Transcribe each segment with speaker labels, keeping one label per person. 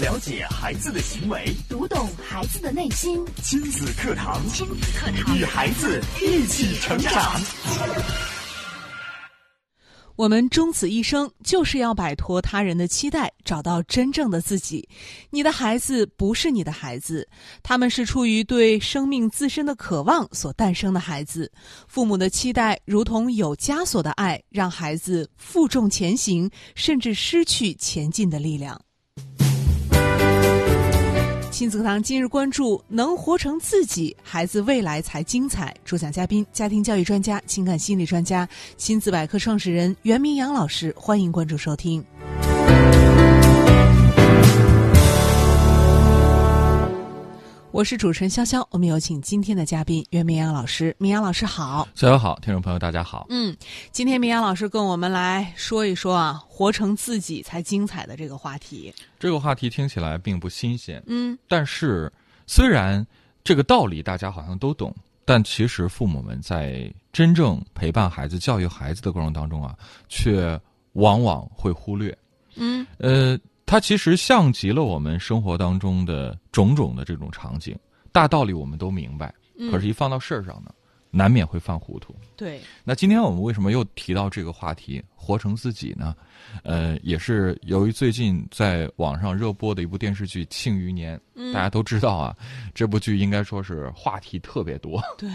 Speaker 1: 了解孩子的行为，
Speaker 2: 读懂孩子的内心。
Speaker 1: 亲子课堂，
Speaker 2: 亲子课堂
Speaker 1: 与孩子一起成长。
Speaker 3: 我们终此一生就是要摆脱他人的期待，找到真正的自己。你的孩子不是你的孩子，他们是出于对生命自身的渴望所诞生的孩子。父母的期待如同有枷锁的爱，让孩子负重前行，甚至失去前进的力量。亲子课堂今日关注：能活成自己，孩子未来才精彩。主讲嘉宾：家庭教育专家、情感心理专家、亲子百科创始人袁明阳老师。欢迎关注收听。我是主持人潇潇，我们有请今天的嘉宾袁明阳老师。明阳老师好。
Speaker 4: 小友好，听众朋友大家好。
Speaker 3: 嗯，今天明阳老师跟我们来说一说啊，活成自己才精彩的这个话题。
Speaker 4: 这个话题听起来并不新鲜，
Speaker 3: 嗯，
Speaker 4: 但是虽然这个道理大家好像都懂，但其实父母们在真正陪伴孩子、教育孩子的过程当中啊，却往往会忽略。
Speaker 3: 嗯，
Speaker 4: 呃，它其实像极了我们生活当中的种种的这种场景，大道理我们都明白，
Speaker 3: 嗯
Speaker 4: 可是，一放到事儿上呢，难免会犯糊涂。
Speaker 3: 对，
Speaker 4: 那今天我们为什么又提到这个话题“活成自己”呢？呃，也是由于最近在网上热播的一部电视剧《庆余年》，
Speaker 3: 嗯
Speaker 4: 大家都知道啊，这部剧应该说是话题特别多。
Speaker 3: 对，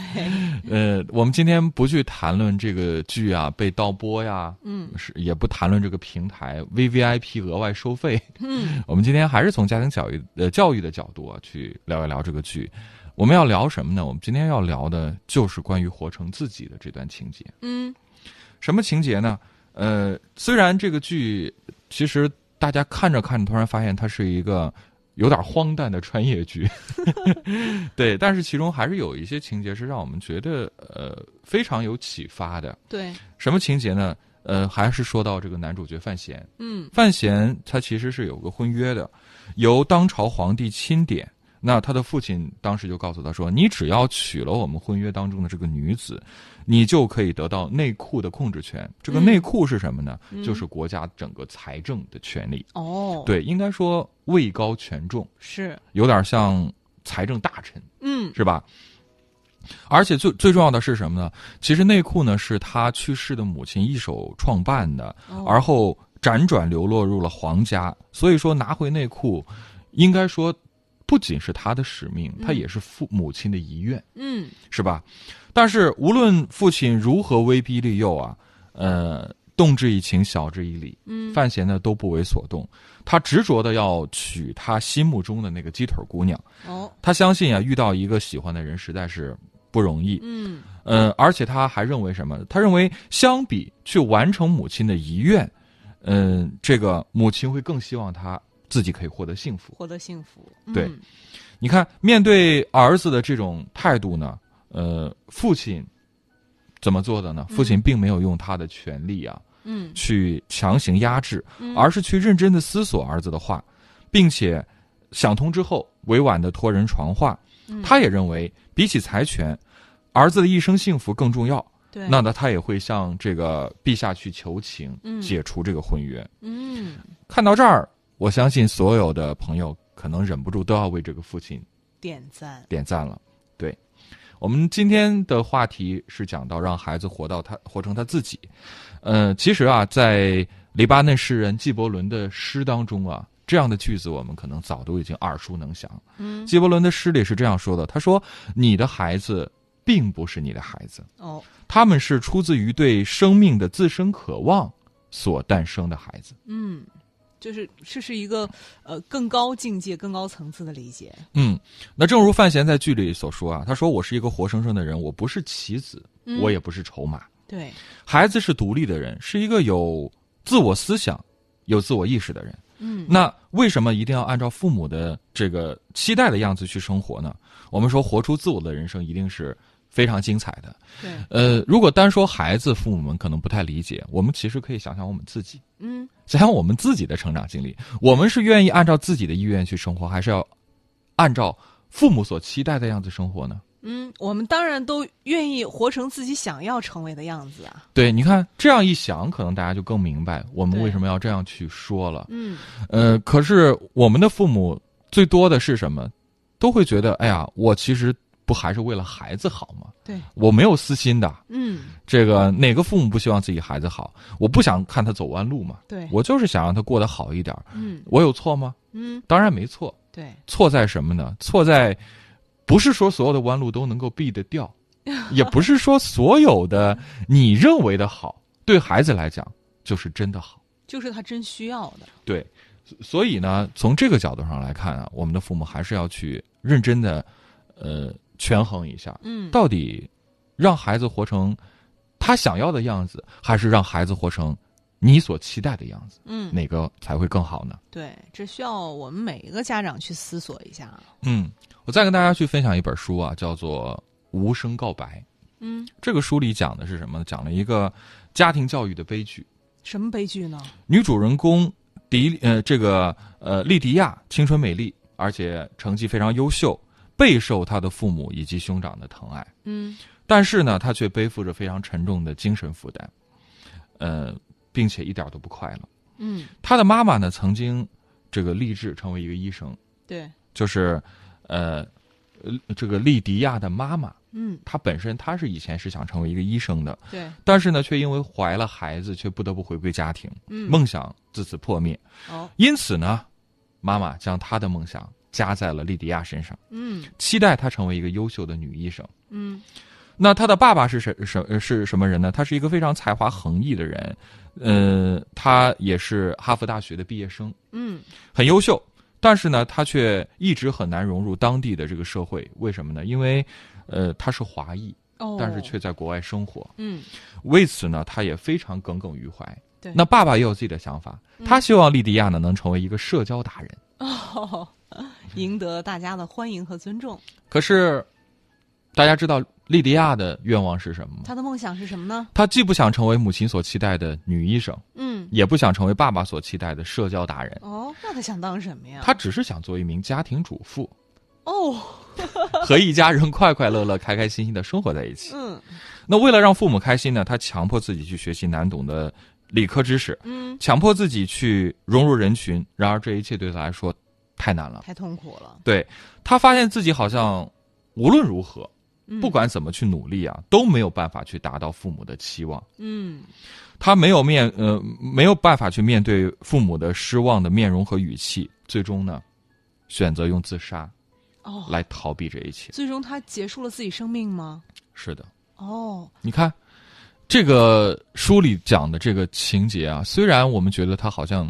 Speaker 4: 呃，我们今天不去谈论这个剧啊被盗播呀，
Speaker 3: 嗯
Speaker 4: 是也不谈论这个平台 VVIP 额外收费。
Speaker 3: 嗯
Speaker 4: 我们今天还是从家庭教育呃教育的角度啊去聊一聊这个剧。我们要聊什么呢？我们今天要聊的就是关于活成自己的这段情节。
Speaker 3: 嗯
Speaker 4: 什么情节呢？呃，虽然这个剧其实大家看着看着，突然发现它是一个有点荒诞的穿越剧， 对，但是其中还是有一些情节是让我们觉得呃非常有启发的。
Speaker 3: 对，
Speaker 4: 什么情节呢？呃，还是说到这个男主角范闲，
Speaker 3: 嗯
Speaker 4: 范闲他其实是有个婚约的，由当朝皇帝钦点。那他的父亲当时就告诉他说：“你只要娶了我们婚约当中的这个女子，你就可以得到内库的控制权。这个
Speaker 3: 嗯
Speaker 4: 内库是什么呢？
Speaker 3: 嗯
Speaker 4: 就是国家整个财政的权利。
Speaker 3: 哦，，
Speaker 4: 对，应该说位高权重，
Speaker 3: 是，
Speaker 4: 有点像财政大臣，
Speaker 3: 嗯
Speaker 4: 是吧？而且最最重要的是什么呢？其实内库呢是他去世的母亲一手创办的，
Speaker 3: 哦
Speaker 4: 而后辗转流落入了皇家。所以说，拿回内裤，应该说不仅是他的使命，
Speaker 3: 嗯
Speaker 4: 他也是父母亲的遗愿，
Speaker 3: 嗯
Speaker 4: 是吧？但是无论父亲如何威逼利诱啊，呃，动之以情，晓之以理，
Speaker 3: 嗯，
Speaker 4: 范闲呢都不为所动。他执着的要娶他心目中的那个鸡腿姑娘，
Speaker 3: 哦，
Speaker 4: 他相信啊，遇到一个喜欢的人实在是不容易。
Speaker 3: 嗯
Speaker 4: 呃，而且他还认为什么？他认为相比去完成母亲的遗愿，嗯、这个母亲会更希望他自己可以获得幸福。
Speaker 3: 获得幸福，
Speaker 4: 对
Speaker 3: 嗯
Speaker 4: 你看，面对儿子的这种态度呢，呃，父亲怎么做的呢？
Speaker 3: 嗯
Speaker 4: 父亲并没有用他的权利啊、
Speaker 3: 嗯
Speaker 4: 去强行压制，
Speaker 3: 嗯，
Speaker 4: 而是去认真的思索儿子的话，并且想通之后，委婉的托人传话。
Speaker 3: 嗯
Speaker 4: 他也认为，比起财权，儿子的一生幸福更重要。
Speaker 3: 对，
Speaker 4: 那呢，他也会向这个陛下去求情，
Speaker 3: 嗯
Speaker 4: 解除这个婚约。
Speaker 3: 嗯
Speaker 4: 看到这儿，我相信所有的朋友可能忍不住都要为这个父亲
Speaker 3: 点赞，
Speaker 4: 点赞了。对，我们今天的话题是讲到让孩子活到他活成他自己。呃，其实啊，在黎巴嫩诗人纪伯伦的诗当中啊，这样的句子我们可能早都已经耳熟能详。
Speaker 3: 嗯
Speaker 4: 纪伯伦的诗里是这样说的：“他说，你的孩子并不是你的孩子。”
Speaker 3: 哦，
Speaker 4: 他们是出自于对生命的自身渴望所诞生的孩子。
Speaker 3: 嗯。就是这是一个呃更高境界、更高层次的理解。
Speaker 4: 嗯，那正如范闲在剧里所说啊，他说：“我是一个活生生的人，我不是棋子，
Speaker 3: 嗯
Speaker 4: 我也不是筹码。
Speaker 3: 对，
Speaker 4: 孩子是独立的人，是一个有自我思想、有自我意识的人。
Speaker 3: 嗯，
Speaker 4: 那为什么一定要按照父母的这个期待的样子去生活呢？我们说，活出自我的人生一定是非常精彩的。
Speaker 3: 对，
Speaker 4: 呃，如果单说孩子，父母们可能不太理解，我们其实可以想想我们自己。”
Speaker 3: 嗯，
Speaker 4: 想想我们自己的成长经历，我们是愿意按照自己的意愿去生活，还是要按照父母所期待的样子生活呢？
Speaker 3: 嗯，我们当然都愿意活成自己想要成为的样子啊。
Speaker 4: 对，你看这样一想，可能大家就更明白我们
Speaker 3: 对
Speaker 4: 为什么要这样去说了。
Speaker 3: 嗯，
Speaker 4: 呃，可是我们的父母最多的是什么？都会觉得，哎呀，我其实不还是为了孩子好吗？
Speaker 3: 对，
Speaker 4: 我没有私心的。
Speaker 3: 嗯，
Speaker 4: 这个哪个父母不希望自己孩子好？我不想看他走弯路嘛，
Speaker 3: 对，
Speaker 4: 我就是想让他过得好一点儿。
Speaker 3: 嗯
Speaker 4: 我有错吗？
Speaker 3: 嗯，
Speaker 4: 当然没错，
Speaker 3: 对，
Speaker 4: 错在什么呢？错在不是说所有的弯路都能够避得掉，也不是说所有的你认为的好，对孩子来讲就是真的好。
Speaker 3: 就是他真需要的。
Speaker 4: 对，所所以呢，从这个角度上来看啊，我们的父母还是要去认真的，呃，权衡一下，
Speaker 3: 嗯，
Speaker 4: 到底让孩子活成他想要的样子，还是让孩子活成你所期待的样子，
Speaker 3: 嗯，
Speaker 4: 哪个才会更好呢？
Speaker 3: 对，这需要我们每一个家长去思索一下。
Speaker 4: 嗯，我再跟大家去分享一本书啊，叫做《无声告白》。
Speaker 3: 嗯，
Speaker 4: 这个书里讲的是什么呢？讲了一个家庭教育的悲剧。
Speaker 3: 什么悲剧呢？
Speaker 4: 女主人公迪呃，这个呃莉迪亚青春美丽，而且成绩非常优秀，备受她的父母以及兄长的疼爱。
Speaker 3: 嗯
Speaker 4: 但是呢，她却背负着非常沉重的精神负担，呃，并且一点都不快乐。
Speaker 3: 嗯，
Speaker 4: 她的妈妈呢，曾经这个立志成为一个医生，
Speaker 3: 对，
Speaker 4: 就是呃，呃这个莉迪亚的妈妈，
Speaker 3: 嗯
Speaker 4: 她本身她是以前是想成为一个医生的，
Speaker 3: 对，
Speaker 4: 但是呢，却因为怀了孩子，却不得不回归家庭，
Speaker 3: 嗯，
Speaker 4: 梦想自此破灭。
Speaker 3: 哦，
Speaker 4: 因此呢，妈妈将她的梦想加在了莉迪亚身上，
Speaker 3: 嗯
Speaker 4: 期待她成为一个优秀的女医生。
Speaker 3: 嗯
Speaker 4: 那她的爸爸是什什呃是什么人呢？他是一个非常才华横溢的人，呃，他也是哈佛大学的毕业生，
Speaker 3: 嗯
Speaker 4: 很优秀。但是呢，他却一直很难融入当地的这个社会，为什么呢？因为，呃，他是华裔，
Speaker 3: 哦，
Speaker 4: 但是却在国外生活。
Speaker 3: 嗯
Speaker 4: 为此呢，他也非常耿耿于怀。
Speaker 3: 对
Speaker 4: 那爸爸也有自己的想法，
Speaker 3: 嗯
Speaker 4: 他希望莉迪亚呢能成为一个社交达人。
Speaker 3: 哦， 赢得大家的欢迎和尊重。
Speaker 4: 可是，大家知道莉迪亚的愿望是什么吗？
Speaker 3: 他的梦想是什么呢？
Speaker 4: 她既不想成为母亲所期待的女医生，
Speaker 3: 嗯，
Speaker 4: 也不想成为爸爸所期待的社交达人，
Speaker 3: 哦，那他想当什么呀？
Speaker 4: 她只是想做一名家庭主妇，
Speaker 3: 哦，
Speaker 4: 和一家人快快乐乐、开开心心的生活在一起。
Speaker 3: 嗯
Speaker 4: 那为了让父母开心呢，她强迫自己去学习难懂的理科知识，
Speaker 3: 嗯，
Speaker 4: 强迫自己去融入人群。然而，这一切对她来说太难了。
Speaker 3: 太痛苦了。
Speaker 4: 对她发现自己好像无论如何，
Speaker 3: 嗯
Speaker 4: 不，管怎么去努力啊，都没有办法去达到父母的期望。
Speaker 3: 嗯
Speaker 4: 她没有面呃没有办法去面对父母的失望的面容和语气，最终呢，选择用自杀
Speaker 3: 哦，
Speaker 4: 来逃避这一切。
Speaker 3: 最终他结束了自己生命吗？
Speaker 4: 是的，
Speaker 3: 哦，
Speaker 4: 你看，这个书里讲的这个情节啊，虽然我们觉得它好像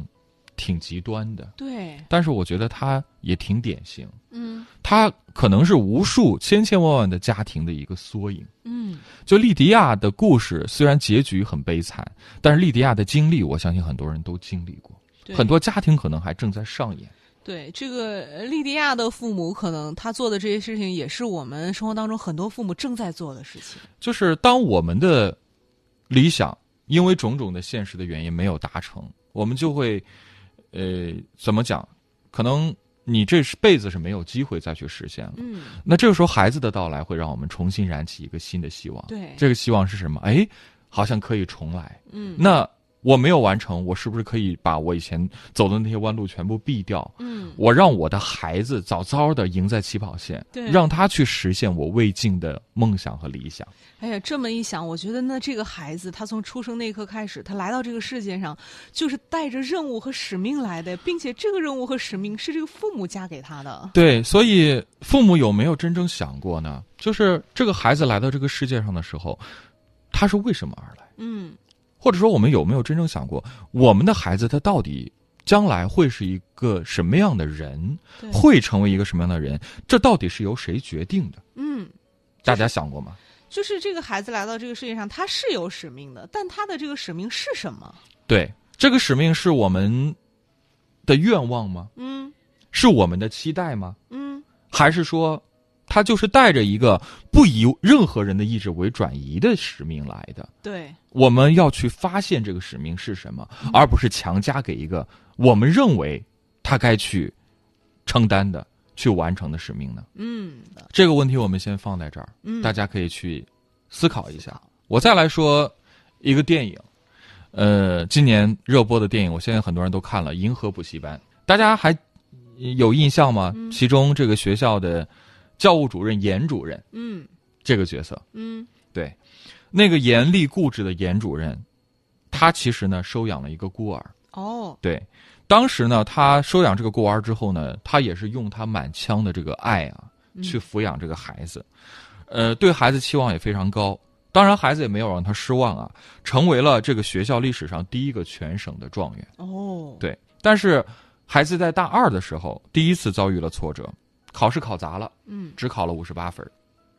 Speaker 4: 挺极端的，
Speaker 3: 对，
Speaker 4: 但是我觉得它也挺典型。
Speaker 3: 嗯
Speaker 4: 它可能是无数千千万万的家庭的一个缩影。
Speaker 3: 嗯
Speaker 4: 就莉迪亚的故事，虽然结局很悲惨，但是莉迪亚的经历，我相信很多人都经历过，
Speaker 3: 对，
Speaker 4: 很多家庭可能还正在上演。
Speaker 3: 对这个呃莉迪亚的父母，可能他做的这些事情，也是我们生活当中很多父母正在做的事情。
Speaker 4: 就是当我们的理想因为种种的现实的原因没有达成，我们就会，呃，怎么讲？可能你这辈子是没有机会再去实现了。
Speaker 3: 嗯，
Speaker 4: 那这个时候，孩子的到来会让我们重新燃起一个新的希望。
Speaker 3: 对，
Speaker 4: 这个希望是什么？哎，好像可以重来。
Speaker 3: 嗯
Speaker 4: 那我没有完成，我是不是可以把我以前走的那些弯路全部避掉？
Speaker 3: 嗯，
Speaker 4: 我让我的孩子早早的赢在起跑线，
Speaker 3: 对
Speaker 4: 让他去实现我未尽的梦想和理想。
Speaker 3: 哎呀，这么一想，我觉得那这个孩子，他从出生那一刻开始，他来到这个世界上，就是带着任务和使命来的，并且这个任务和使命是这个父母加给他的。
Speaker 4: 对，所以父母有没有真正想过呢？就是这个孩子来到这个世界上的时候，他是为什么而来？
Speaker 3: 嗯
Speaker 4: 或者说，我们有没有真正想过，我们的孩子他到底将来会是一个什么样的人
Speaker 3: 对，
Speaker 4: 会成为一个什么样的人？这到底是由谁决定的？
Speaker 3: 嗯，
Speaker 4: 大家想过吗？
Speaker 3: 就是这个孩子来到这个世界上，他是有使命的，但他的这个使命是什么？
Speaker 4: 对，这个使命是我们的愿望吗？
Speaker 3: 嗯
Speaker 4: 是我们的期待吗？
Speaker 3: 嗯
Speaker 4: 还是说，他就是带着一个不以任何人的意志为转移的使命来的？
Speaker 3: 对，
Speaker 4: 我们要去发现这个使命是什么，而不是强加给一个我们认为他该去承担的、去完成的使命呢？
Speaker 3: 嗯
Speaker 4: 这个问题我们先放在这儿，
Speaker 3: 嗯
Speaker 4: 大家可以去思考一下。我再来说一个电影，呃，今年热播的电影，我相信很多人都看了《银河补习班》，大家还有印象吗？其中这个学校的教务主任严主任
Speaker 3: 嗯
Speaker 4: 这个角色，
Speaker 3: 嗯
Speaker 4: 对，那个严厉固执的严主任，他其实呢收养了一个孤儿，
Speaker 3: 哦
Speaker 4: 对，当时呢，他收养这个孤儿之后呢，他也是用他满腔的这个爱啊，
Speaker 3: 嗯
Speaker 4: 去抚养这个孩子，呃，对孩子期望也非常高。当然，孩子也没有让他失望啊，成为了这个学校历史上第一个全省的状元。
Speaker 3: 哦
Speaker 4: 对，但是孩子在大二的时候，第一次遭遇了挫折，考试考砸了，
Speaker 3: 嗯
Speaker 4: 只考了五十八分儿。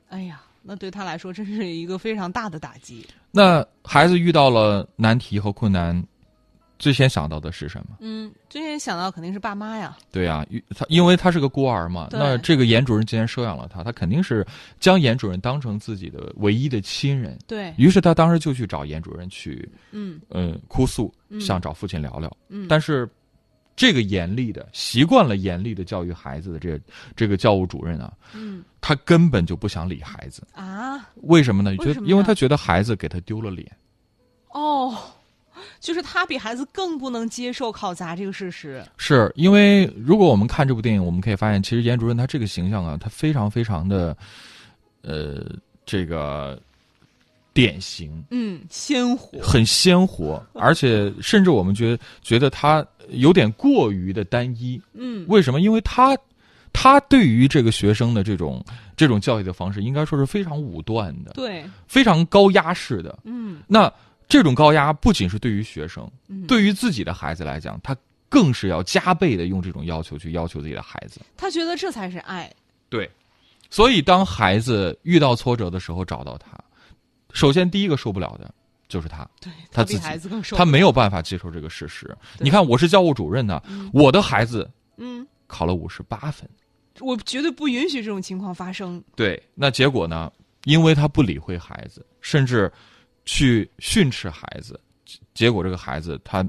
Speaker 3: 哎呀，那对他来说真是一个非常大的打击。
Speaker 4: 那孩子遇到了难题和困难，最先想到的是什么？
Speaker 3: 嗯，最先想到肯定是爸妈呀。
Speaker 4: 对呀、因他因为他是个孤儿嘛，
Speaker 3: 对
Speaker 4: 那这个严主任既然收养了他，他肯定是将严主任当成自己的唯一的亲人。
Speaker 3: 对，
Speaker 4: 于是他当时就去找严主任去，
Speaker 3: 嗯
Speaker 4: 嗯，哭诉，
Speaker 3: 嗯
Speaker 4: 想找父亲聊聊。
Speaker 3: 嗯，
Speaker 4: 但是，这个严厉的、习惯了严厉的教育孩子的这这个教务主任啊，
Speaker 3: 嗯
Speaker 4: 他根本就不想理孩子。
Speaker 3: 啊
Speaker 4: 为什么呢？觉
Speaker 3: 为
Speaker 4: 得
Speaker 3: 什么呢
Speaker 4: 因为他觉得孩子给他丢了脸。
Speaker 3: 哦，就是他比孩子更不能接受考砸这个事实。
Speaker 4: 是因为如果我们看这部电影，我们可以发现，其实严主任他这个形象啊，他非常非常的，呃，这个典型，
Speaker 3: 嗯，鲜活。
Speaker 4: 很鲜活，而且甚至我们觉觉得他有点过于的单一。
Speaker 3: 嗯
Speaker 4: 为什么？因为他他对于这个学生的这种这种教育的方式，应该说是非常武断的，
Speaker 3: 对，
Speaker 4: 非常高压式的。
Speaker 3: 嗯
Speaker 4: 那这种高压不仅是对于学生，
Speaker 3: 嗯，
Speaker 4: 对于自己的孩子来讲，他更是要加倍的用这种要求去要求自己的孩子。
Speaker 3: 他觉得这才是爱。
Speaker 4: 对，所以当孩子遇到挫折的时候，找到他，首先第一个受不了的就是他，
Speaker 3: 对
Speaker 4: 他
Speaker 3: 比
Speaker 4: 自己
Speaker 3: 孩子更受。
Speaker 4: 他没有办法接受这个事实。
Speaker 3: 对
Speaker 4: 你看，我是教务主任呢，
Speaker 3: 嗯
Speaker 4: 我的孩子
Speaker 3: 嗯，
Speaker 4: 考了五十八分，
Speaker 3: 我绝对不允许这种情况发生。
Speaker 4: 对，那结果呢？因为他不理会孩子，甚至去训斥孩子，结结果这个孩子他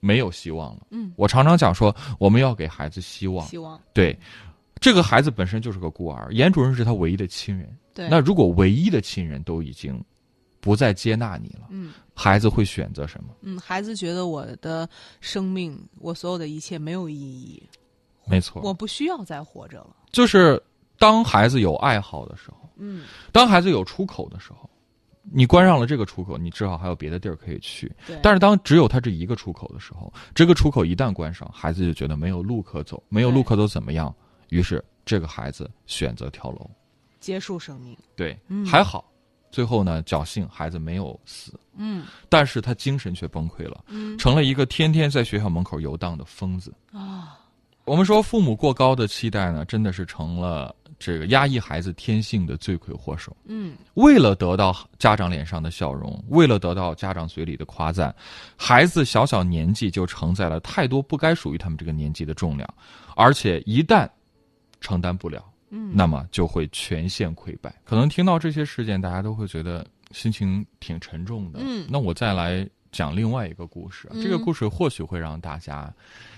Speaker 4: 没有希望了。
Speaker 3: 嗯，
Speaker 4: 我常常讲说，我们要给孩子希望。
Speaker 3: 希望
Speaker 4: 对，这个孩子本身就是个孤儿，严主任是他唯一的亲人。
Speaker 3: 对。
Speaker 4: 那如果唯一的亲人都已经不再接纳你了，
Speaker 3: 嗯
Speaker 4: 孩子会选择什么？
Speaker 3: 嗯，孩子觉得我的生命，我所有的一切没有意义，
Speaker 4: 没错
Speaker 3: 我，不需要再活着了。
Speaker 4: 就是当孩子有爱好的时候，
Speaker 3: 嗯，
Speaker 4: 当孩子有出口的时候，你关上了这个出口，你至少还有别的地儿可以去。
Speaker 3: 对。
Speaker 4: 但是当只有他这一个出口的时候，这个出口一旦关上，孩子就觉得没有路可走，没有路
Speaker 3: 对
Speaker 4: 可走怎么样？于是这个孩子选择跳楼。
Speaker 3: 结束生命。
Speaker 4: 对，
Speaker 3: 嗯
Speaker 4: 还好，最后呢，侥幸孩子没有死，
Speaker 3: 嗯
Speaker 4: 但是他精神却崩溃了，
Speaker 3: 嗯
Speaker 4: 成了一个天天在学校门口游荡的疯子。
Speaker 3: 啊，
Speaker 4: 我们说，父母过高的期待呢，真的是成了这个压抑孩子天性的罪魁祸首。
Speaker 3: 嗯
Speaker 4: 为了得到家长脸上的笑容，为了得到家长嘴里的夸赞，孩子小小年纪就承载了太多不该属于他们这个年纪的重量，而且一旦承担不了，
Speaker 3: 嗯，
Speaker 4: 那么就会全线溃败。可能听到这些事件，大家都会觉得心情挺沉重的。
Speaker 3: 嗯
Speaker 4: 那我再来讲另外一个故事，啊
Speaker 3: 嗯
Speaker 4: 这个故事或许会让大家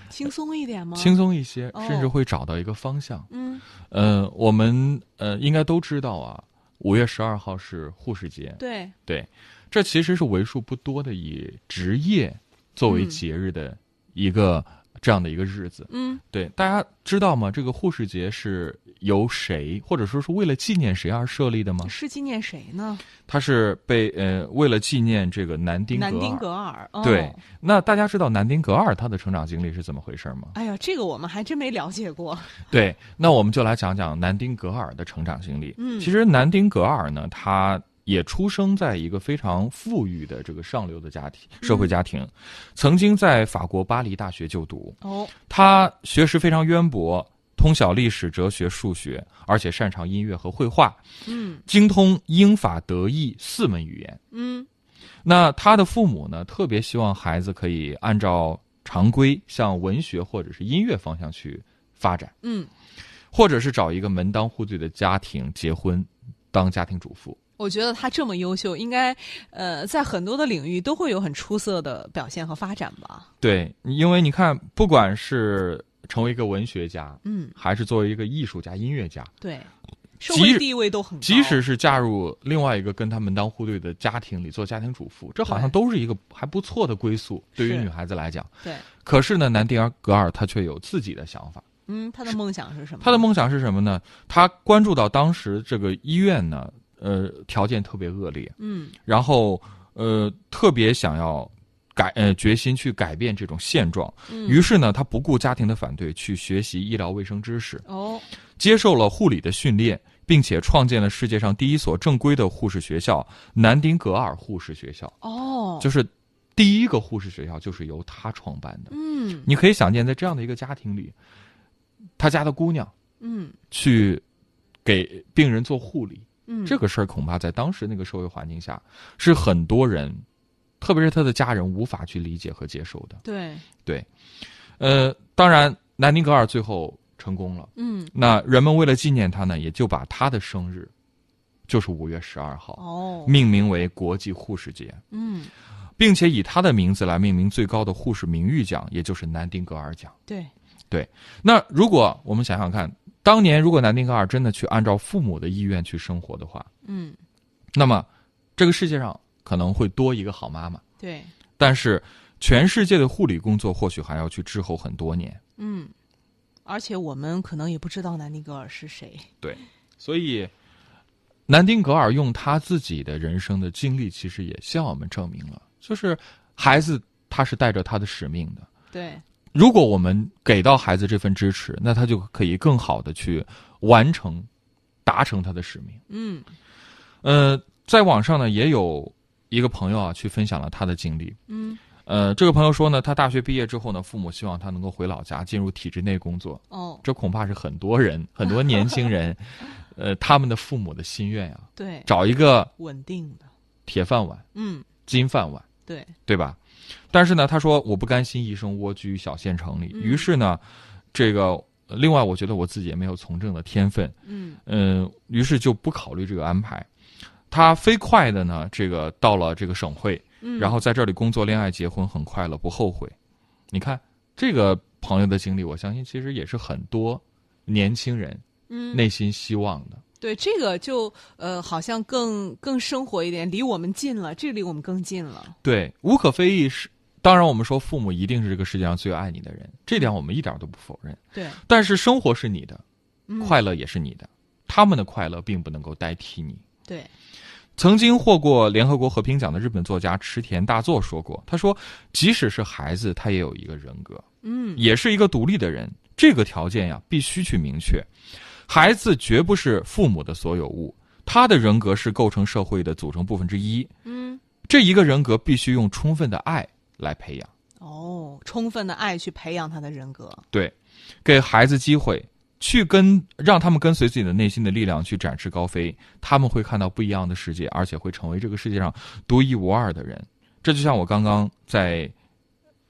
Speaker 3: 轻松一点吗？
Speaker 4: 轻松一些，
Speaker 3: 哦
Speaker 4: 甚至会找到一个方向。
Speaker 3: 嗯，
Speaker 4: 呃，我们呃应该都知道啊，五月十二号是护士节，
Speaker 3: 对，
Speaker 4: 对，这其实是为数不多的以职业作为
Speaker 3: 嗯
Speaker 4: 节日的一个、这样的一个日子。
Speaker 3: 嗯
Speaker 4: 对，大家知道吗？这个护士节是由谁，或者说是为了纪念谁而设立的吗？
Speaker 3: 是纪念谁呢？
Speaker 4: 它是被呃为了纪念这个南丁格尔。
Speaker 3: 南丁格尔。哦
Speaker 4: 对，那大家知道南丁格尔他的成长经历是怎么回事吗？
Speaker 3: 哎呀，这个我们还真没了解过。
Speaker 4: 对，那我们就来讲讲南丁格尔的成长经历。
Speaker 3: 嗯
Speaker 4: 其实南丁格尔呢，他也出生在一个非常富裕的这个上流的家庭社会家庭，曾经在法国巴黎大学就读。
Speaker 3: 哦，
Speaker 4: 他学识非常渊博，通晓历史、哲学、数学，而且擅长音乐和绘画，
Speaker 3: 嗯
Speaker 4: 精通英法德意四门语言。
Speaker 3: 嗯
Speaker 4: 那他的父母呢，特别希望孩子可以按照常规向文学或者是音乐方向去发展。
Speaker 3: 嗯，
Speaker 4: 或者是找一个门当户对的家庭结婚，当家庭主妇。
Speaker 3: 我觉得他这么优秀，应该呃，在很多的领域都会有很出色的表现和发展吧。
Speaker 4: 对，因为你看，不管是成为一个文学家，
Speaker 3: 嗯，
Speaker 4: 还是作为一个艺术家、音乐家，
Speaker 3: 对，社
Speaker 4: 即
Speaker 3: 会
Speaker 4: 使
Speaker 3: 地位都很高，
Speaker 4: 即使是嫁入另外一个跟他门当户对的家庭里做家庭主妇，这好像都是一个还不错的归宿，对于
Speaker 3: 是
Speaker 4: 女孩子来讲。
Speaker 3: 对，
Speaker 4: 可是呢，南迪尔格尔她却有自己的想法。
Speaker 3: 嗯，他的梦想是什么？
Speaker 4: 她的梦想是什么呢？她关注到当时这个医院呢，呃，条件特别恶劣，
Speaker 3: 嗯
Speaker 4: 然后呃，特别想要改呃，决心去改变这种现状。
Speaker 3: 嗯，
Speaker 4: 于是呢，她不顾家庭的反对，去学习医疗卫生知识，
Speaker 3: 哦，
Speaker 4: 接受了护理的训练，并且创建了世界上第一所正规的护士学校——南丁格尔护士学校，
Speaker 3: 哦，
Speaker 4: 就是第一个护士学校就是由她创办的。
Speaker 3: 嗯
Speaker 4: 你可以想见，在这样的一个家庭里，她家的姑娘
Speaker 3: 嗯
Speaker 4: 去给病人做护理，
Speaker 3: 嗯，
Speaker 4: 这个事儿恐怕在当时那个社会环境下，是很多人，特别是她的家人无法去理解和接受的。
Speaker 3: 对，
Speaker 4: 呃，当然，南丁格尔最后成功了。
Speaker 3: 嗯
Speaker 4: 那人们为了纪念他呢，也就把他的生日，就是五月十二号，
Speaker 3: 哦，
Speaker 4: 命名为国际护士节，
Speaker 3: 嗯
Speaker 4: 并且以他的名字来命名最高的护士名誉奖，也就是南丁格尔奖。
Speaker 3: 对，
Speaker 4: 那如果我们想想看，当年如果南丁格尔真的去按照父母的意愿去生活的话，
Speaker 3: 嗯
Speaker 4: 那么这个世界上可能会多一个好妈妈。
Speaker 3: 对，
Speaker 4: 但是，全世界的护理工作或许还要去滞后很多年。
Speaker 3: 嗯，而且我们可能也不知道南丁格尔是谁，
Speaker 4: 所以，南丁格尔用他自己的人生的经历，其实也向我们证明了，就是孩子他是带着他的使命的。
Speaker 3: 对，
Speaker 4: 如果我们给到孩子这份支持，那他就可以更好的去完成、达成他的使命。
Speaker 3: 嗯
Speaker 4: 呃，在网上呢，也有一个朋友啊，去分享了他的经历。
Speaker 3: 嗯
Speaker 4: 呃，这个朋友说呢，他大学毕业之后呢，父母希望他能够回老家，进入体制内工作。
Speaker 3: 哦，
Speaker 4: 这恐怕是很多人、很多年轻人，呃，他们的父母的心愿啊呀、
Speaker 3: 对，
Speaker 4: 找一个
Speaker 3: 稳定的，
Speaker 4: 铁饭碗、
Speaker 3: 嗯
Speaker 4: 金饭碗，
Speaker 3: 对，
Speaker 4: 对吧？但是呢，他说我不甘心一生蜗居于小县城里，
Speaker 3: 嗯
Speaker 4: 于是呢，这个呃另外我觉得我自己也没有从政的天分，
Speaker 3: 嗯
Speaker 4: 嗯、于是就不考虑这个安排。他飞快的呢，这个到了这个省会，
Speaker 3: 嗯，
Speaker 4: 然后在这里工作、恋爱、结婚，很快乐，不后悔。你看这个朋友的经历，我相信其实也是很多年轻人
Speaker 3: 嗯
Speaker 4: 内心希望的。
Speaker 3: 对这个就呃好像更更生活一点，离我们近了，这个离我们更近了，
Speaker 4: 对，无可非议是。当然，我们说父母一定是这个世界上最爱你的人，这点我们一点都不否认。
Speaker 3: 对，
Speaker 4: 但是生活是你的，
Speaker 3: 嗯
Speaker 4: 快乐也是你的，他们的快乐并不能够代替你。
Speaker 3: 对，
Speaker 4: 曾经获过联合国和平奖的日本作家池田大作说过，他说，即使是孩子，他也有一个人格，
Speaker 3: 嗯
Speaker 4: 也是一个独立的人。这个条件呀，必须去明确，孩子绝不是父母的所有物，他的人格是构成社会的组成部分之一。
Speaker 3: 嗯，
Speaker 4: 这一个人格必须用充分的爱来培养。
Speaker 3: 哦，充分的爱去培养他的人格，
Speaker 4: 对，给孩子机会去跟让他们跟随自己的内心的力量去展翅高飞，他们会看到不一样的世界，而且会成为这个世界上独一无二的人。这就像我刚刚在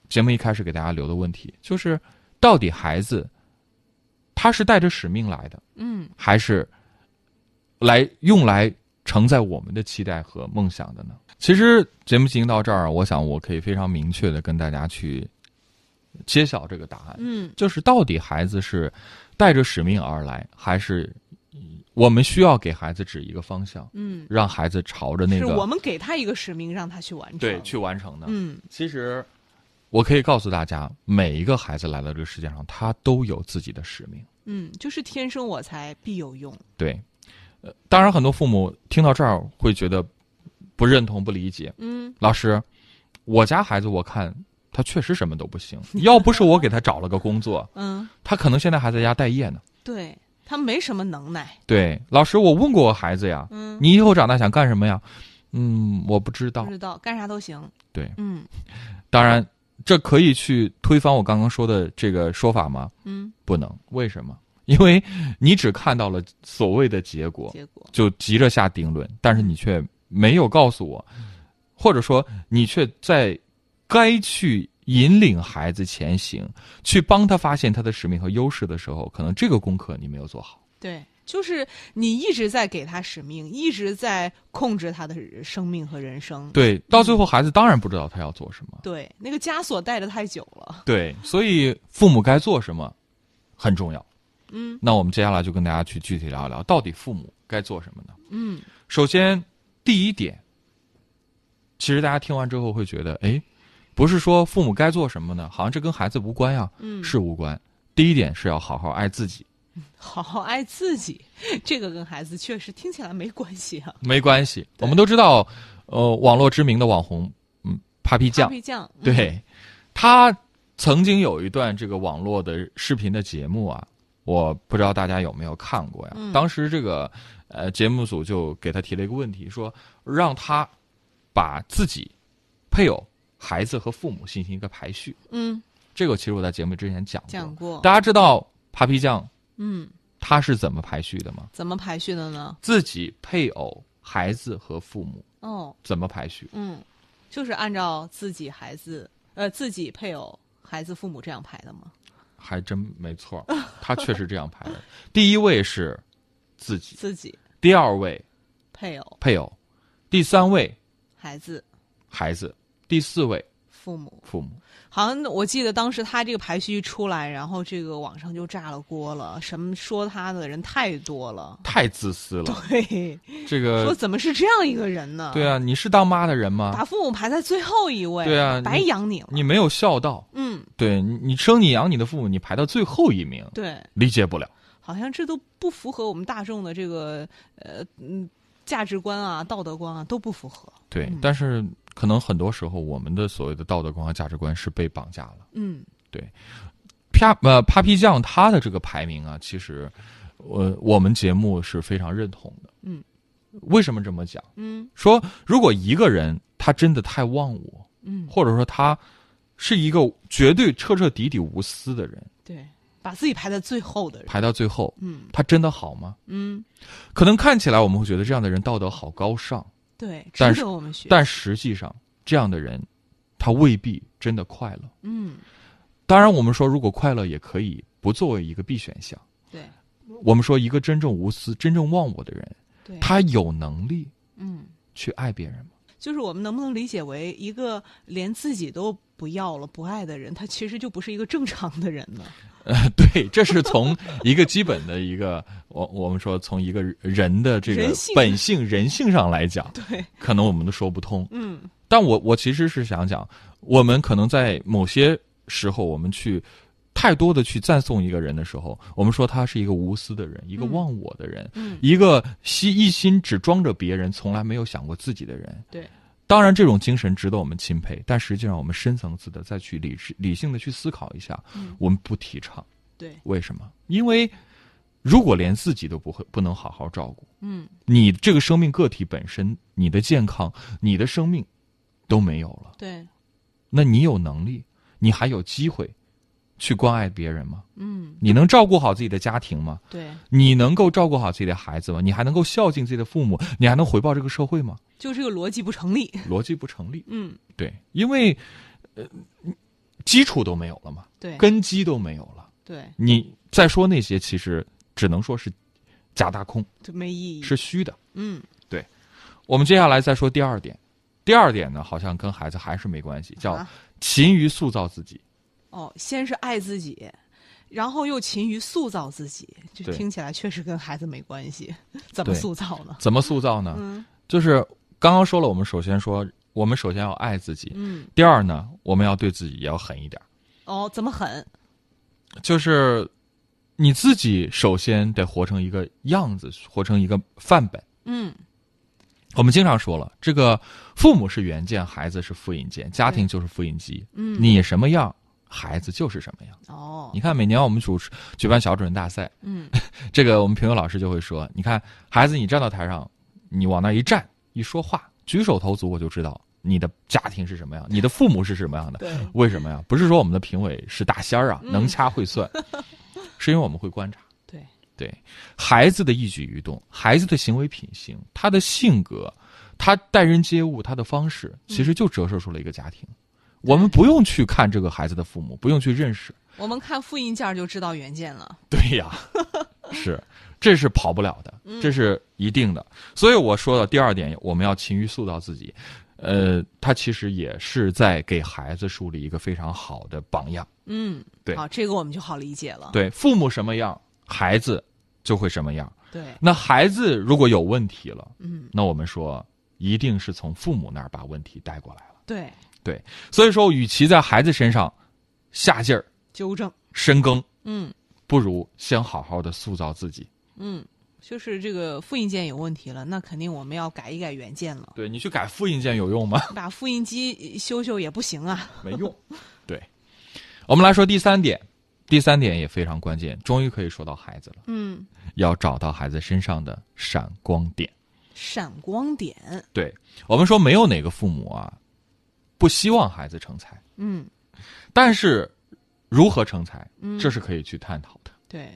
Speaker 4: 节目一开始给大家留的问题，就是到底孩子他是带着使命来的，
Speaker 3: 嗯
Speaker 4: 还是来用来承载我们的期待和梦想的呢？其实节目进行到这儿，我想我可以非常明确的跟大家去揭晓这个答案。
Speaker 3: 嗯
Speaker 4: 就是到底孩子是带着使命而来，还是嗯我们需要给孩子指一个方向，
Speaker 3: 嗯，
Speaker 4: 让孩子朝着那
Speaker 3: 是我
Speaker 4: 个
Speaker 3: 们给他一个使命，让他去完成，
Speaker 4: 对去完成的？
Speaker 3: 嗯
Speaker 4: 其实我可以告诉大家，每一个孩子来到这个世界上，他都有自己的使命。
Speaker 3: 嗯，就是天生我材必有用，
Speaker 4: 对，呃，当然很多父母听到这儿会觉得不认同、不理解。
Speaker 3: 嗯
Speaker 4: 老师，我家孩子我看他确实什么都 不行，要不是我给他找了个工作，
Speaker 3: 嗯，
Speaker 4: 他可能现在还在家待业呢。
Speaker 3: 对他没什么能耐，
Speaker 4: 对，老师，我问过我孩子呀，
Speaker 3: 嗯，
Speaker 4: 你以后长大想干什么呀？嗯，我不知道
Speaker 3: 不。知道干啥都行，
Speaker 4: 对
Speaker 3: 嗯
Speaker 4: 当然，这可以去推翻我刚刚说的这个说法吗？
Speaker 3: 嗯，
Speaker 4: 不能。为什么？因为你只看到了所谓的结果，
Speaker 3: 结果
Speaker 4: 就急着下定论，但是你却没有告诉我，
Speaker 3: 嗯
Speaker 4: 或者说你却在该去引领孩子前行，去帮他发现他的使命和优势的时候，可能这个功课你没有做好。
Speaker 3: 对。就是你一直在给他使命，一直在控制他的生命和人生。
Speaker 4: 对，到最后孩子当然不知道他要做什么。
Speaker 3: 对，那个枷锁带的太久了。
Speaker 4: 对，所以父母该做什么，很重要。
Speaker 3: 嗯
Speaker 4: 那我们接下来就跟大家去具体聊一聊，到底父母该做什么呢？
Speaker 3: 嗯
Speaker 4: 首先，第一点，其实大家听完之后会觉得，哎，不是说父母该做什么呢？好像这跟孩子无关呀，
Speaker 3: 嗯，
Speaker 4: 是无关。第一点是要好好爱自己，
Speaker 3: 好好爱自己，这个跟孩子确实听起来没关系啊。
Speaker 4: 没关系。
Speaker 3: 对
Speaker 4: 我们都知道，呃，网络知名的网红，嗯，Papi 酱，
Speaker 3: Papi 酱，嗯，
Speaker 4: 对，他曾经有一段这个网络的视频的节目啊，我不知道大家有没有看过呀。
Speaker 3: 嗯
Speaker 4: 当时这个呃节目组就给他提了一个问题，说让他把自己、配偶、孩子和父母进行一个排序。
Speaker 3: 嗯，
Speaker 4: 这个其实我在节目之前讲过。
Speaker 3: 讲过，
Speaker 4: 大家知道 Papi 酱
Speaker 3: 嗯，
Speaker 4: 他是怎么排序的吗？
Speaker 3: 怎么排序的呢？
Speaker 4: 自己、配偶、孩子和父母
Speaker 3: 哦，
Speaker 4: 怎么排序？
Speaker 3: 嗯，就是按照自己孩子，呃，自己配偶、孩子、父母这样排的吗？
Speaker 4: 还真没错儿，他确实这样排的。第一位是自己，
Speaker 3: 自己、
Speaker 4: 第二位
Speaker 3: 配偶、
Speaker 4: 配偶，第三位
Speaker 3: 孩子、
Speaker 4: 孩子，第四位
Speaker 3: 父母，
Speaker 4: 父母。
Speaker 3: 好像我记得当时他这个排序一出来，然后这个网上就炸了锅了，什么说他的人太多了。
Speaker 4: 太自私了，
Speaker 3: 对，
Speaker 4: 这
Speaker 3: 说
Speaker 4: 个
Speaker 3: 怎么是这样一个人呢？
Speaker 4: 呃对，啊，你是当妈的人
Speaker 3: 把
Speaker 4: 吗？
Speaker 3: 父母排在最后一位，
Speaker 4: 对啊你
Speaker 3: 白养你了。
Speaker 4: 你没有孝道，
Speaker 3: 嗯，
Speaker 4: 对你你生你养你的父母，你排到最后一名，
Speaker 3: 对，
Speaker 4: 理解不了。
Speaker 3: 好像这都不符合我们大众的这个呃嗯价值观啊、道德观啊都不符合。
Speaker 4: 对，
Speaker 3: 嗯
Speaker 4: 但是可能很多时候我们的所谓的道德观和价值观是被绑架了。
Speaker 3: 嗯
Speaker 4: 啪呃，Papi 酱它的这个排名啊，其实我、我们节目是非常认同的。
Speaker 3: 嗯，
Speaker 4: 为什么这么讲？
Speaker 3: 嗯
Speaker 4: 说如果一个人他真的太忘我，
Speaker 3: 嗯，
Speaker 4: 或者说他是一个绝对彻彻底底无私的人，
Speaker 3: 对，把自己排在最后的人。
Speaker 4: 排到最后，
Speaker 3: 嗯
Speaker 4: 他真的好吗？
Speaker 3: 嗯，
Speaker 4: 可能看起来我们会觉得这样的人道德好高尚，
Speaker 3: 对，值
Speaker 4: 但是
Speaker 3: 得我们学。
Speaker 4: 但实际上这样的人，他未必真的快乐。
Speaker 3: 嗯，
Speaker 4: 当然，我们说如果快乐也可以不作为一个 B 选项。
Speaker 3: 对
Speaker 4: 我们说一个真正无私、真正忘我的人，
Speaker 3: 对，
Speaker 4: 他有能力
Speaker 3: 嗯。
Speaker 4: 去爱别人吗？
Speaker 3: 就是我们能不能理解为一个连自己都不要了、不爱的人，他其实就不是一个正常的人呢？
Speaker 4: 对，这是从一个基本的一个，我我们说从一个人的这个
Speaker 3: 人性
Speaker 4: 本性、人性上来讲，
Speaker 3: 对，
Speaker 4: 可能我们都说不通。
Speaker 3: 嗯
Speaker 4: 但我我其实是想讲，我们可能在某些时候，我们去太多的去赞颂一个人的时候，我们说他是一个无私的人，一个
Speaker 3: 嗯
Speaker 4: 忘我的人，
Speaker 3: 嗯，
Speaker 4: 一个心一心只装着别人，从来没有想过自己的人。
Speaker 3: 对，
Speaker 4: 当然这种精神值得我们钦佩，但实际上我们深层次的再去理智理性的去思考一下，
Speaker 3: 嗯
Speaker 4: 我们不提倡。
Speaker 3: 对，
Speaker 4: 为什么？因为如果连自己都不会不能好好照顾，
Speaker 3: 嗯
Speaker 4: 你这个生命个体本身，你的健康，你的生命都没有了，
Speaker 3: 对，
Speaker 4: 那你有能力，你还有机会去关爱别人吗？
Speaker 3: 嗯
Speaker 4: 你能照顾好自己的家庭吗？
Speaker 3: 对，
Speaker 4: 你能够照顾好自己的孩子吗？你还能够孝敬自己的父母？你还能回报这个社会吗？
Speaker 3: 就这个逻辑不成立。
Speaker 4: 逻辑不成立。
Speaker 3: 嗯，
Speaker 4: 对，因为呃，基础都没有了嘛，
Speaker 3: 对，
Speaker 4: 根基都没有了，
Speaker 3: 对，
Speaker 4: 你再说那些，其实只能说是假大空，
Speaker 3: 就没意义。
Speaker 4: 是虚的。
Speaker 3: 嗯
Speaker 4: 我们接下来再说第二点，第二点呢，好像跟孩子还是没关系，叫
Speaker 3: 啊
Speaker 4: 勤于塑造自己。
Speaker 3: 哦，先是爱自己，然后又勤于塑造自己，这
Speaker 4: 对
Speaker 3: 听起来确实跟孩子没关系。怎么
Speaker 4: 对啊
Speaker 3: 塑造呢？
Speaker 4: 怎么塑造呢？
Speaker 3: 嗯
Speaker 4: 就是刚刚说了，我们首先说，我们首先要爱自己。
Speaker 3: 嗯，
Speaker 4: 第二呢，我们要对自己也要狠一点儿。
Speaker 3: 哦，怎么狠？
Speaker 4: 就是你自己首先得活成一个样子，活成一个范本。
Speaker 3: 嗯，
Speaker 4: 我们经常说了，这个父母是原件，孩子是复印件，家庭就是复印机。
Speaker 3: 嗯
Speaker 4: 你什么样，孩子就是什么样。
Speaker 3: 哦
Speaker 4: 你，看，每年我们主持举办小主任大赛，
Speaker 3: 嗯
Speaker 4: 这个我们评委老师就会说：“你看，孩子，你站到台上，你往那一站，一说话，举手投足，我就知道你的家庭是什么样，你的父母是什么样的。
Speaker 3: 对，
Speaker 4: 为什么呀？不是说我们的评委是大仙儿啊，
Speaker 3: 嗯
Speaker 4: 能掐会算，是因为我们会观察。
Speaker 3: 对
Speaker 4: 对，孩子的一举一动，孩子的行为品行，他的性格，他待人接物，他的方式，其实就折射出了一个家庭。我们不用去看这个孩子的父母，不用去认识。
Speaker 3: 我们看复印件儿就知道原件了。
Speaker 4: 对呀， 是，这是跑不了的，这是一定的。所以我说的第二点，我们要勤于塑造自己。呃，它其实也是在给孩子树立一个非常好的榜样。
Speaker 3: 嗯，
Speaker 4: 对
Speaker 3: 好，这个我们就好理解了。
Speaker 4: 对，父母什么样，孩子就会什么样。
Speaker 3: 对，
Speaker 4: 那孩子如果有问题了，
Speaker 3: 嗯，
Speaker 4: 那我们说一定是从父母那儿把问题带过来了。
Speaker 3: 对，
Speaker 4: 所以说，与其在孩子身上下劲儿
Speaker 3: 纠正，
Speaker 4: 深耕，
Speaker 3: 嗯
Speaker 4: 不如先好好的塑造自己。
Speaker 3: 嗯，就是这个复印件有问题了，那肯定我们要改一改原件了，
Speaker 4: 对你去改复印件有用吗？
Speaker 3: 把复印机修修也不行啊。
Speaker 4: 没用。 对，我们来说第三点，第三点也非常关键，终于可以说到孩子了，
Speaker 3: 嗯，
Speaker 4: 要找到孩子身上的闪光点。
Speaker 3: 闪光点，
Speaker 4: 对我们说，没有哪个父母啊，不希望孩子成才，
Speaker 3: 嗯，
Speaker 4: 但是如何成才，
Speaker 3: 嗯
Speaker 4: 这是可以去探讨的。
Speaker 3: 对，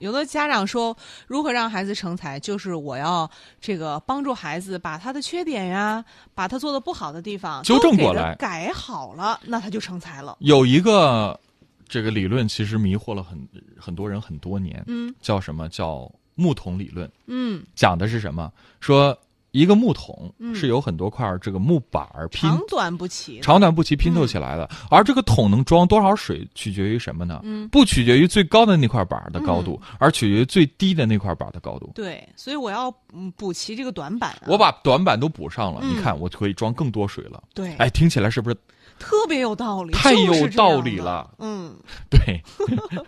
Speaker 3: 有的家长说如何让孩子成才，就是我要这个帮助孩子把他的缺点呀，把他做的不好的地方
Speaker 4: 纠
Speaker 3: 都
Speaker 4: 正
Speaker 3: 给
Speaker 4: 过
Speaker 3: 他
Speaker 4: 来
Speaker 3: 改好了，那他就成才了。
Speaker 4: 有一个这个理论，其实迷惑了很很多人很多年，
Speaker 3: 嗯
Speaker 4: 叫什么叫木桶理论？
Speaker 3: 嗯，
Speaker 4: 讲的是什么？说一个木桶
Speaker 3: 嗯
Speaker 4: 是由很多块这个木板儿拼
Speaker 3: 长短不齐。
Speaker 4: 长短不齐拼凑起来的。而这个桶能装多少水，取决于什么呢？
Speaker 3: 嗯
Speaker 4: 不取决于最高的那块板儿的高度，而取决于最低的那块板儿的高度。
Speaker 3: 对，所以我要嗯补齐这个短板、啊。
Speaker 4: 我把短板都补上了，
Speaker 3: 嗯
Speaker 4: 你看我可以装更多水了。
Speaker 3: 对，
Speaker 4: 哎，听起来是不是
Speaker 3: 特别有道理，
Speaker 4: 太
Speaker 3: 就是
Speaker 4: 有
Speaker 3: 这样
Speaker 4: 道理
Speaker 3: 的
Speaker 4: 了。
Speaker 3: 嗯，
Speaker 4: 对？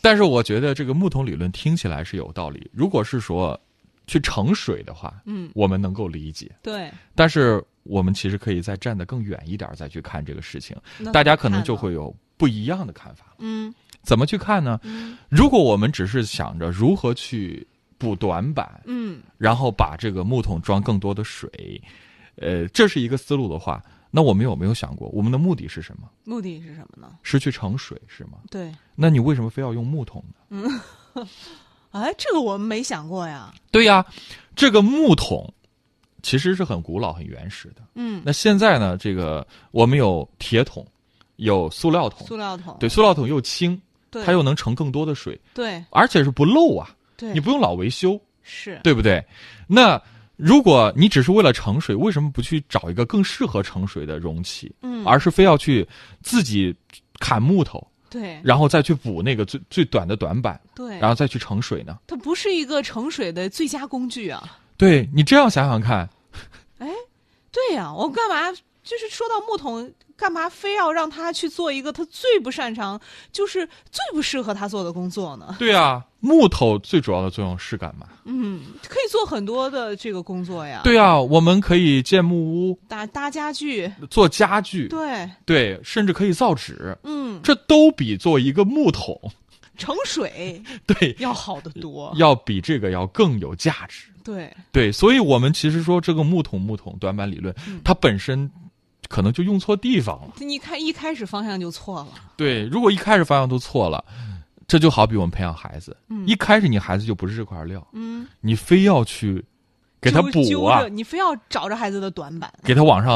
Speaker 4: 但是我觉得这个木桶理论听起来是有道理。如果是说去盛水的话，
Speaker 3: 嗯
Speaker 4: 我们能够理解，
Speaker 3: 对，
Speaker 4: 但是我们其实可以再站得更远一点儿再去看这个事情，
Speaker 3: 那
Speaker 4: 大家
Speaker 3: 怎
Speaker 4: 可
Speaker 3: 么
Speaker 4: 能
Speaker 3: 看
Speaker 4: 就
Speaker 3: 呢
Speaker 4: 会有不一样的看法。
Speaker 3: 嗯
Speaker 4: 怎么去看呢？
Speaker 3: 嗯
Speaker 4: 如果我们只是想着如何去补短板，
Speaker 3: 嗯
Speaker 4: 然后把这个木桶装更多的水，呃，这是一个思路的话，那我们有没有想过，我们的目的是什么？
Speaker 3: 目的是什么呢？
Speaker 4: 是去盛水是吗？
Speaker 3: 对，
Speaker 4: 那你为什么非要用木桶呢？
Speaker 3: 哎，这个我们没想过呀。
Speaker 4: 对呀，这个木桶其实是很古老、很原始的。
Speaker 3: 嗯，
Speaker 4: 那现在呢，这个我们有铁桶，有塑料桶，
Speaker 3: 塑料桶，
Speaker 4: 对，塑料桶又轻，
Speaker 3: 对，
Speaker 4: 它又能盛更多的水，
Speaker 3: 对
Speaker 4: 而且是不漏啊，
Speaker 3: 对，
Speaker 4: 你不用老维修。
Speaker 3: 是
Speaker 4: 对不对？那如果你只是为了盛水，为什么不去找一个更适合盛水的容器，
Speaker 3: 嗯，
Speaker 4: 而是非要去自己砍木头，
Speaker 3: 对
Speaker 4: 然后再去补那个最最短的短板，
Speaker 3: 对，
Speaker 4: 然后再去盛水呢？
Speaker 3: 它不是一个盛水的最佳工具啊。
Speaker 4: 对你这样想想看，
Speaker 3: 对呀、我干嘛就是说到木桶，干嘛非要让他去做一个他最不擅长，就是最不适合他做的工作呢？
Speaker 4: 对啊，木头最主要的作用是干嘛？
Speaker 3: 嗯，可以做很多的这个工作呀，，
Speaker 4: 对啊，我们可以建木屋、
Speaker 3: 搭搭家具，
Speaker 4: 做家具，
Speaker 3: 对，
Speaker 4: 对，甚至可以造纸，
Speaker 3: 嗯，
Speaker 4: 这都比做一个木桶，
Speaker 3: 盛水
Speaker 4: 对，
Speaker 3: 要好得多，
Speaker 4: 要比这个要更有价值。
Speaker 3: 对，
Speaker 4: 对，所以我们其实说这个木桶木桶短板理论，
Speaker 3: 嗯
Speaker 4: 它本身可能就用错地方了。
Speaker 3: 你看一开始方向就错了，
Speaker 4: 对，如果一开始方向都错了，这就好比我们培养孩子，一开始你孩子就不是这块料，
Speaker 3: 嗯，
Speaker 4: 你非要去给他
Speaker 3: 揪
Speaker 4: 补
Speaker 3: 揪
Speaker 4: 啊
Speaker 3: 着，你非要找着孩子的短板，
Speaker 4: 给他往上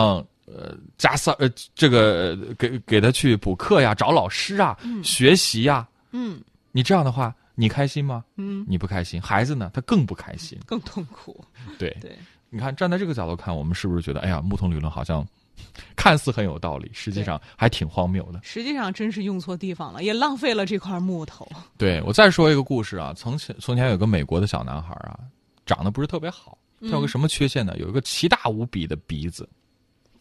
Speaker 4: 呃加塞呃这个呃给给他去补课呀，找老师啊，学习呀，
Speaker 3: 嗯
Speaker 4: 你这样的话，你开心吗？
Speaker 3: 嗯，
Speaker 4: 你不开心，孩子呢，他更不开心。
Speaker 3: 更痛苦，
Speaker 4: 嗯对，
Speaker 3: 对，
Speaker 4: 你看，站在这个角度看，我们是不是觉得，哎呀，木桶理论好像看似很有道理，实际上还挺荒谬的？
Speaker 3: 实际上真是用错地方了，也浪费了这块木头。
Speaker 4: 对我再说一个故事啊，从前从前有个美国的小男孩啊，长得不是特别好，
Speaker 3: 嗯
Speaker 4: 他有个什么缺陷呢？有一个奇大无比的鼻子，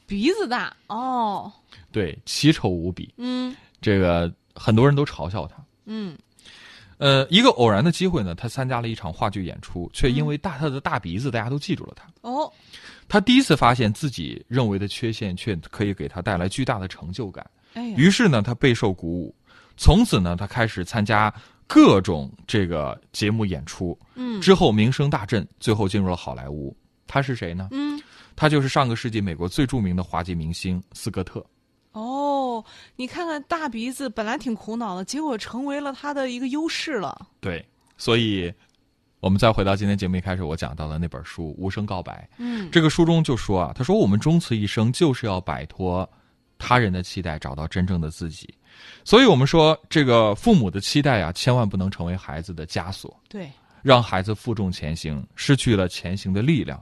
Speaker 3: 鼻子大哦，
Speaker 4: 对，奇丑无比。
Speaker 3: 嗯
Speaker 4: 这个很多人都嘲笑他。
Speaker 3: 嗯
Speaker 4: 呃，一个偶然的机会呢，他参加了一场话剧演出，却因为大他的大鼻子，大家都记住了他。
Speaker 3: 哦，
Speaker 4: 他第一次发现自己认为的缺陷，却可以给他带来巨大的成就感。
Speaker 3: 哎呀，
Speaker 4: 于是呢，他备受鼓舞，从此呢，他开始参加各种这个节目演出，
Speaker 3: 嗯
Speaker 4: 之后名声大振，最后进入了好莱坞。他是谁呢？
Speaker 3: 嗯
Speaker 4: 他就是上个世纪美国最著名的滑稽明星斯科特。
Speaker 3: 哦，你看看大鼻子本来挺苦恼的，结果成为了他的一个优势了。
Speaker 4: 对，所以我们再回到今天节目一开始我讲到的那本书《无声告白》，
Speaker 3: 嗯
Speaker 4: 这个书中就说啊，他说我们终此一生就是要摆脱他人的期待，找到真正的自己。所以我们说，这个父母的期待啊，千万不能成为孩子的枷锁。
Speaker 3: 对，
Speaker 4: 让孩子负重前行，失去了前行的力量。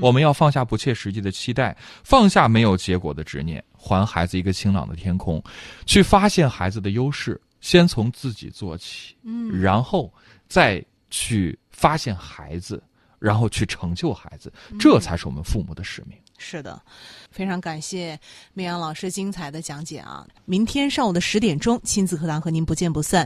Speaker 4: 我们要放下不切实际的期待，放下没有结果的执念，还孩子一个晴朗的天空，去发现孩子的优势，先从自己做起，嗯，然后再去发现孩子，然后去成就孩子，这才是我们父母的使命。
Speaker 3: 是的，非常感谢明阳老师精彩的讲解啊！明天上午的十点钟，亲子课堂和您不见不散。